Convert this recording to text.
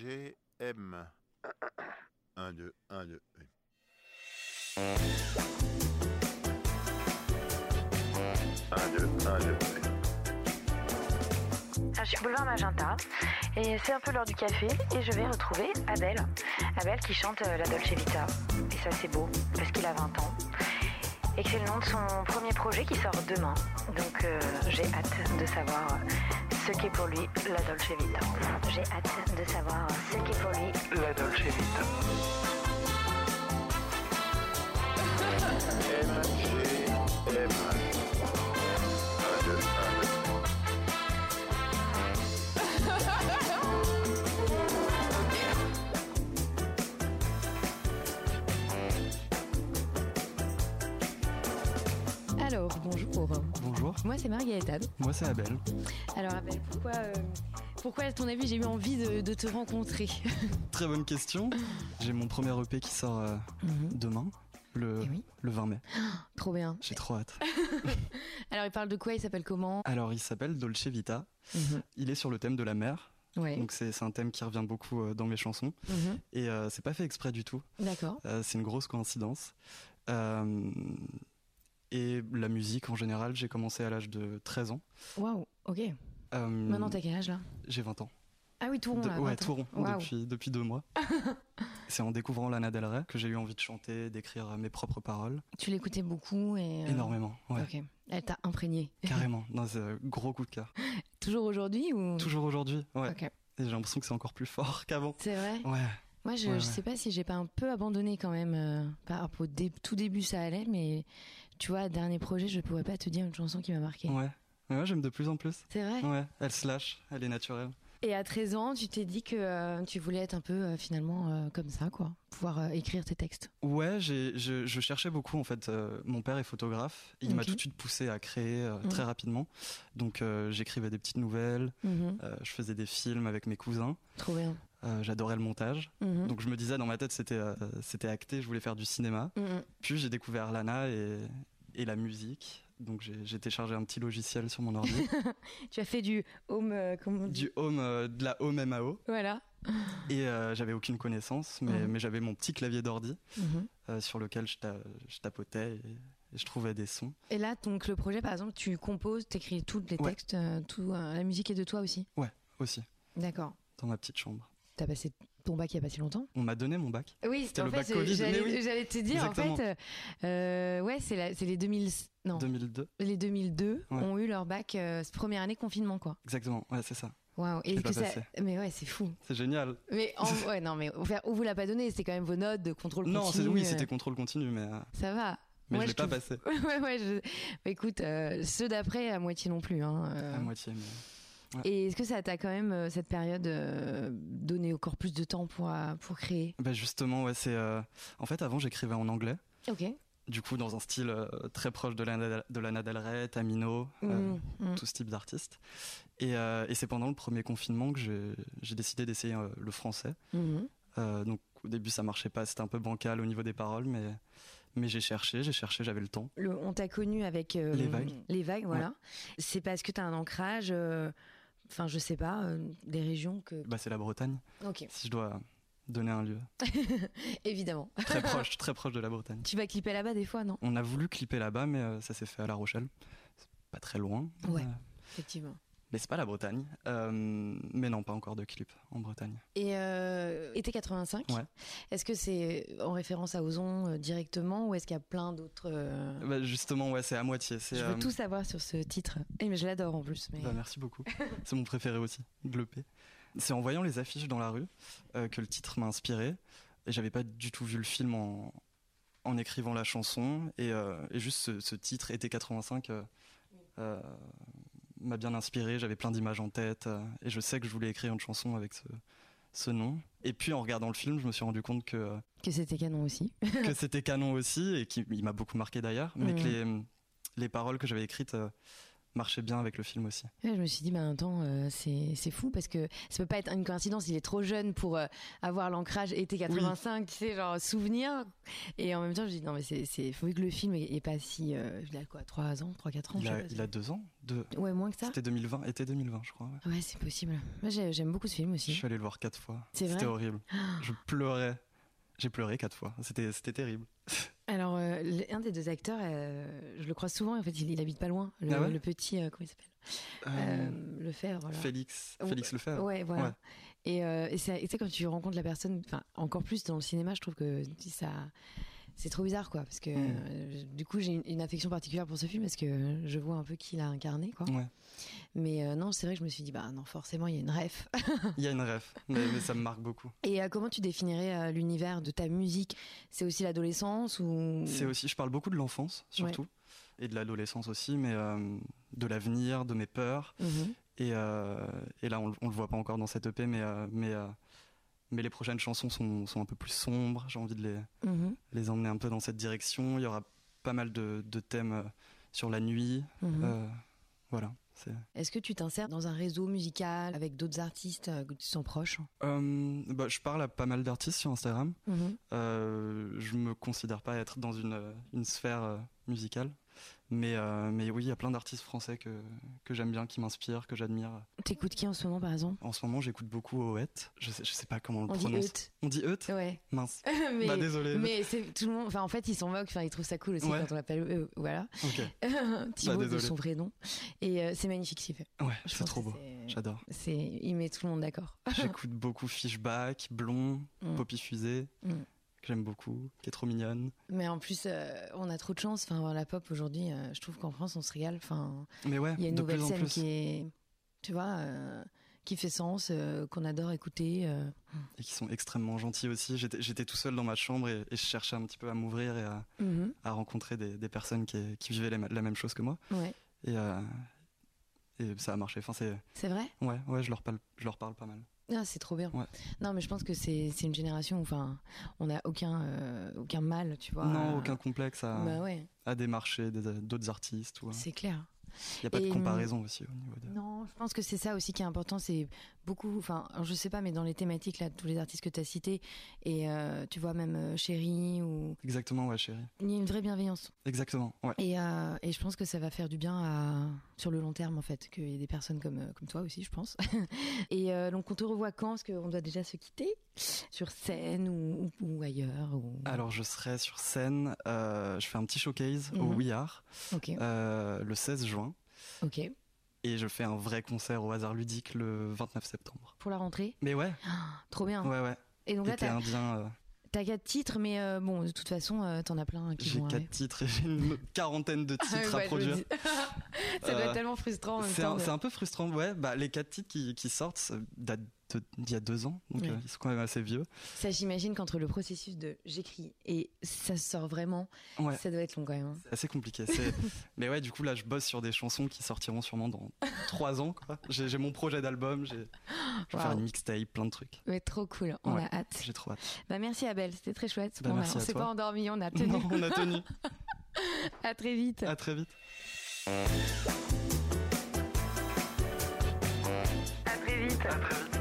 MGM. 1, 2, 1, 2. Un, deux, un, deux. Ah, Je suis boulevard Magenta et c'est un peu l'heure du café et je vais retrouver Abel. Abel qui chante euh, la Dolce Vita. Et ça c'est beau parce qu'il a 20 ans. Et que c'est le nom de son premier projet qui sort demain. Donc euh, j'ai hâte de savoir ce qu'est pour lui la Dolce Vita. J'ai hâte de savoir ce qu'est pour lui La Dolce Vita. MGM. 1, 2, 1, 2. Alors, bonjour. Bonjour, Moi, c'est Marguerite Anne. moi c'est Abel. Alors, Abel, pourquoi, euh, pourquoi, à ton avis, j'ai eu envie de, de te rencontrer Très bonne question. J'ai mon premier EP qui sort euh, Mhm. demain, le, Eh oui. le 20 mai. Trop bien. J'ai trop hâte. Alors, il parle de quoi Il s'appelle comment Alors il s'appelle Dolce Vita. Il est sur le thème de la mer. Mhm. Ouais. Donc c'est c'est un thème qui revient beaucoup euh, dans mes chansons. Mhm. Et euh, c'est pas fait exprès du tout. D'accord. Euh, c'est une grosse coïncidence. Euh, et la musique en général, j'ai commencé à l'âge de 13 ans. Waouh, ok. Euh, Maintenant, t'as quel âge là j'ai 20 ans. Ah oui, Touron. De- là, ouais, 20 ans. Touron, Waouh. depuis, depuis deux mois. c'est en découvrant Lana Del Rey que j'ai eu envie de chanter, d'écrire euh, mes propres paroles. Tu l'écoutais beaucoup et. euh, Énormément, ouais, Ok. Elle t'a imprégné. carrément. Non, c'est un gros coup de cœur. Toujours aujourd'hui ou Toujours aujourd'hui, ouais. Ok. Et j'ai l'impression que c'est encore plus fort qu'avant. C'est vrai. Ouais, Moi, je, Ouais, ouais. je sais pas si j'ai pas un peu abandonné quand même. euh, par rapport au dé- tout début, ça allait, mais tu vois, dernier projet, je pourrais pas te dire une chanson qui m'a marqué. ouais. Ouais, j'aime de plus en plus. C'est vrai. Ouais, elle se lâche, elle est naturelle. Et à 13 ans, tu t'es dit que euh, tu voulais être un peu euh, finalement euh, comme ça, quoi. Pouvoir euh, écrire tes textes. Ouais, j'ai, je, je cherchais beaucoup en fait. euh, mon père est photographe, il m'a Ok. tout de suite poussé à créer euh, Mhm. très rapidement. Donc euh, j'écrivais des petites nouvelles, Mhm. euh, je faisais des films avec mes cousins, Trop bien. euh, j'adorais le montage. Mhm. Donc je me disais dans ma tête c'était euh, c'était acté, je voulais faire du cinéma. Mhm. Puis j'ai découvert Lana et, et la musique. Donc j'ai, j'ai téléchargé un petit logiciel sur mon ordi, Tu as fait du home, euh, comment on dit du home, euh, de la home MAO. Voilà. Et euh, j'avais aucune connaissance, mais, Mhm. mais j'avais mon petit clavier d'ordi Mhm. euh, sur lequel je, ta- je tapotais et, et je trouvais des sons. Et là, donc le projet, par exemple, tu composes, t'écris tous les Ouais. textes, euh, tout, euh, la musique est de toi aussi. aussi D'accord. dans ma petite chambre. T'as passé ton bac il y a pas si longtemps. On m'a donné mon bac. Oui, C'était en le fait, bac euh, Covid, j'allais- mais oui. te dire, en Exactement. fait, euh, ouais, c'est les 2000, non, 2002. les 2002 Ouais. ont eu leur bac euh, première année confinement, quoi. Exactement. Ouais, c'est ça. Waouh. Je Et l'ai que pas ça, passé. mais ouais, c'est fou. C'est génial. Mais en- ouais, non, mais enfin, on vous l'a pas donné, c'était quand même vos notes de contrôle non, c'est, continu. oui, euh, c'était contrôle continu, mais, euh, Ça va. mais Moi, je l'ai pas trouve- passé ouais, ouais, je- bah, écoute, euh, ceux d'après, à moitié non plus. hein, euh. à moitié. mais- Et est-ce que ça t'a quand même, euh, cette période, euh, donné encore plus de temps pour, euh, pour créer Bah, justement, ouais, c'est. euh, En fait, avant, j'écrivais en anglais. Ok. Du coup, dans un style euh, très proche de Lana, de Lana Del Rey, Tamino, euh, Mm, mm. tout ce type d'artistes. Et, euh, et c'est pendant le premier confinement que j'ai, j'ai décidé d'essayer euh, le français. Mhm. Euh, donc au début, ça marchait pas, c'était un peu bancal au niveau des paroles, mais, mais j'ai cherché, j'ai cherché, j'avais le temps. Le- on t'a connu avec euh, Les vagues. les vagues, voilà. C'est parce que t'as un ancrage, euh, enfin je sais pas, euh, des régions que. Bah, c'est la Bretagne, Ok, si je dois donner un lieu. évidemment. Très proche, très proche de la Bretagne. Ah, Tu vas clipper là-bas des fois, non On a voulu clipper là-bas, mais euh, ça s'est fait à La Rochelle. C'est pas très loin. Ouais. Euh, Effectivement. mais c'est pas la Bretagne. Euh, mais non, pas encore de clip en Bretagne. Et euh, été 85. Ouais. Est-ce que c'est en référence à Ozon euh, directement ou est-ce qu'il y a plein d'autres euh, Bah, justement, ouais, c'est à moitié. Je C'est, veux euh, tout savoir sur ce titre. Et mais je l'adore en plus. Mais... bah, merci beaucoup. c'est mon préféré aussi, Glopé. C'est en voyant les affiches dans la rue euh, que le titre m'a inspiré. Et j'avais pas du tout vu le film en, en écrivant la chanson. Et, euh, et juste ce, ce titre, Été 85, euh, euh, m'a bien inspiré. J'avais plein d'images en tête. euh, et je sais que je voulais écrire une chanson avec ce, ce nom. Et puis en regardant le film, je me suis rendu compte que, euh, Que c'était canon aussi. que c'était canon aussi. Et qu'il il m'a beaucoup marqué d'ailleurs. Mais Mhm. que les, les paroles que j'avais écrites euh, marchait bien avec le film aussi. Ouais, je me suis dit, bah, attends, euh, c'est c'est fou parce que ça peut pas être une coïncidence. Il est trop jeune pour euh, avoir l'ancrage été 85, tu sais, genre souvenir. Et en même temps, je me dis, non, mais c'est- c'est faut que le film est, est pas si. euh, il a quoi, 3 ans, 3-4 ans Il je a, sais il a deux ans deux... pas. Ouais, moins que ça. C'était 2020, été 2020, je crois. ouais. Ouais, c'est possible. Moi, j'ai- j'aime beaucoup ce film Je aussi. suis allé le voir quatre fois. C'est C'était vrai horrible. Je pleurais. J'ai pleuré quatre fois. C'était c'était terrible. Alors, euh, l- un des deux acteurs, euh, je le croise souvent, en fait, il, il habite pas loin. Le, Ah ouais le petit, euh, comment il s'appelle Euh, Euh, Le Fèvre, là. Félix, Ouais. Félix Lefebvre. Ouais, voilà. Ouais. Et, euh, et ça- et tu sais, quand tu rencontres la personne, enfin, encore plus dans le cinéma, je trouve que ça. C'est trop bizarre, quoi. Parce que Mm. euh, du coup, j'ai une, une affection particulière pour ce film parce que je vois un peu qui l'a incarné, quoi. Ouais. Mais euh, non, c'est vrai que je me suis dit, bah non, forcément, il y a une ref. Il y a une ref, mais, mais ça me marque beaucoup. Et euh, comment tu définirais euh, l'univers de ta musique C'est aussi l'adolescence ou. C'est aussi, je parle beaucoup de l'enfance surtout et de l'adolescence aussi, mais euh, de l'avenir, de mes peurs. Mhm. Et, euh, et là, on, le- on le voit pas encore dans cette EP, mais euh, mais euh, mais les prochaines chansons sont, sont un peu plus sombres. J'ai envie de les Mhm. les emmener un peu dans cette direction. Il y aura pas mal de, de thèmes euh, sur la nuit. Mhm. Euh, voilà. c'est- Est-ce que tu t'insères dans un réseau musical avec d'autres artistes euh, que tu sens proches Euh, bah, je parle à pas mal d'artistes sur Instagram. Mmh. Euh, je me considère pas être dans une, euh, une sphère euh, musicale. Mais, euh, mais oui, il y a plein d'artistes français que, que j'aime bien, qui m'inspirent, que j'admire. T'écoutes qui en ce moment, par exemple En ce moment, j'écoute beaucoup Oet. Je sais, je sais pas comment on le On dit prononce. Eut. On dit Eut Ouais. Mince. Mais- Bah, désolé. Mais c'est tout le monde. Enfin, en fait, ils s'en moquent. Enfin, ils trouvent ça cool aussi Ouais. quand on l'appelle. euh, voilà. Ok. Thibaut de désolé. son vrai nom. Et euh, c'est magnifique ce qu'il fait. Ouais, Je c'est pense trop que beau. c'est- J'adore. C'est. Il met tout le monde d'accord. J'écoute beaucoup Fishback, Blond, Mm. Poppy Fusée, Mm. que j'aime beaucoup, qui est trop mignonne. Mais en plus, euh, on a trop de chance. Enfin, la pop aujourd'hui, euh, je trouve qu'en France, on se régale. Enfin, Mais ouais, il y a une de nouvelle plus en scène plus. qui est. Tu vois. euh, qui fait sens, euh, qu'on adore écouter. euh. Et qui sont extrêmement gentils aussi. J'étais j'étais tout seul dans ma chambre et, et je cherchais un petit peu à m'ouvrir et à, Mhm. à rencontrer des, des personnes qui, qui vivaient les ma- la même chose que moi. Ouais. Et, euh, et ça a marché. Enfin, c'est, C'est vrai ouais, ouais, je leur parle, je leur parle pas mal. Ah, c'est trop bien. Ouais. Non, mais je pense que c'est c'est une génération où enfin, on n'a aucun, euh, aucun mal, tu vois. Non, à- aucun complexe à, Bah ouais, à démarcher des- d'autres artistes. ou à- c'est clair. Il n'y a pas Et, de comparaison aussi au niveau de. Non, je pense que c'est ça aussi qui est important. C'est beaucoup, enfin, je sais pas, mais dans les thématiques, là, tous les artistes que tu as cités, et euh, tu vois, même euh, Chéri, ou. Exactement, ouais, chérie. Il y a une vraie bienveillance. Exactement, ouais. Et, euh, et je pense que ça va faire du bien à- sur le long terme, en fait, qu'il y ait des personnes comme, euh, comme toi aussi, je pense. et euh, donc, on te revoit quand Parce qu'on doit déjà se quitter Sur scène ou, ou- ou ailleurs ou... Alors, je serai sur scène. euh, je fais un petit showcase au Mhm. We Are Ok, euh, le 16 juin. ok. Et je fais un vrai concert au hasard ludique le 29 septembre. Pour la rentrée Mais ouais, Trop bien. ouais, ouais. Et donc là, T'étais t'as indien. euh, t'as quatre titres, mais euh, bon, de toute façon, euh, t'en as plein qui J'ai vont arriver. quatre titres et j'ai une quarantaine de titres Ah ouais, à bah, je me produire. dis- ça doit Euh, être tellement frustrant en même C'est un, temps. de- c'est un peu frustrant, ouais. Bah, les quatre titres qui, qui sortent ça datent de- d'il y a deux ans, donc Ouais. euh, ils sont quand même assez vieux. Ça, j'imagine qu'entre le processus de j'écris et ça sort vraiment, Ouais. ça doit être long quand même. hein. C'est assez compliqué. c'est- Mais ouais, du coup, là, je bosse sur des chansons qui sortiront sûrement dans trois ans. quoi. J'ai j'ai mon projet d'album, j'ai- je vais faire Waouh. une mixtape, plein de trucs. Mais trop cool, on Ouais. a hâte. J'ai trop hâte. Bah, merci Abel, c'était très chouette. Bah, on a- merci on à s'est toi. pas endormi, on a tenu. Non, on a tenu. À très vite. À très vite. À très vite. très vite.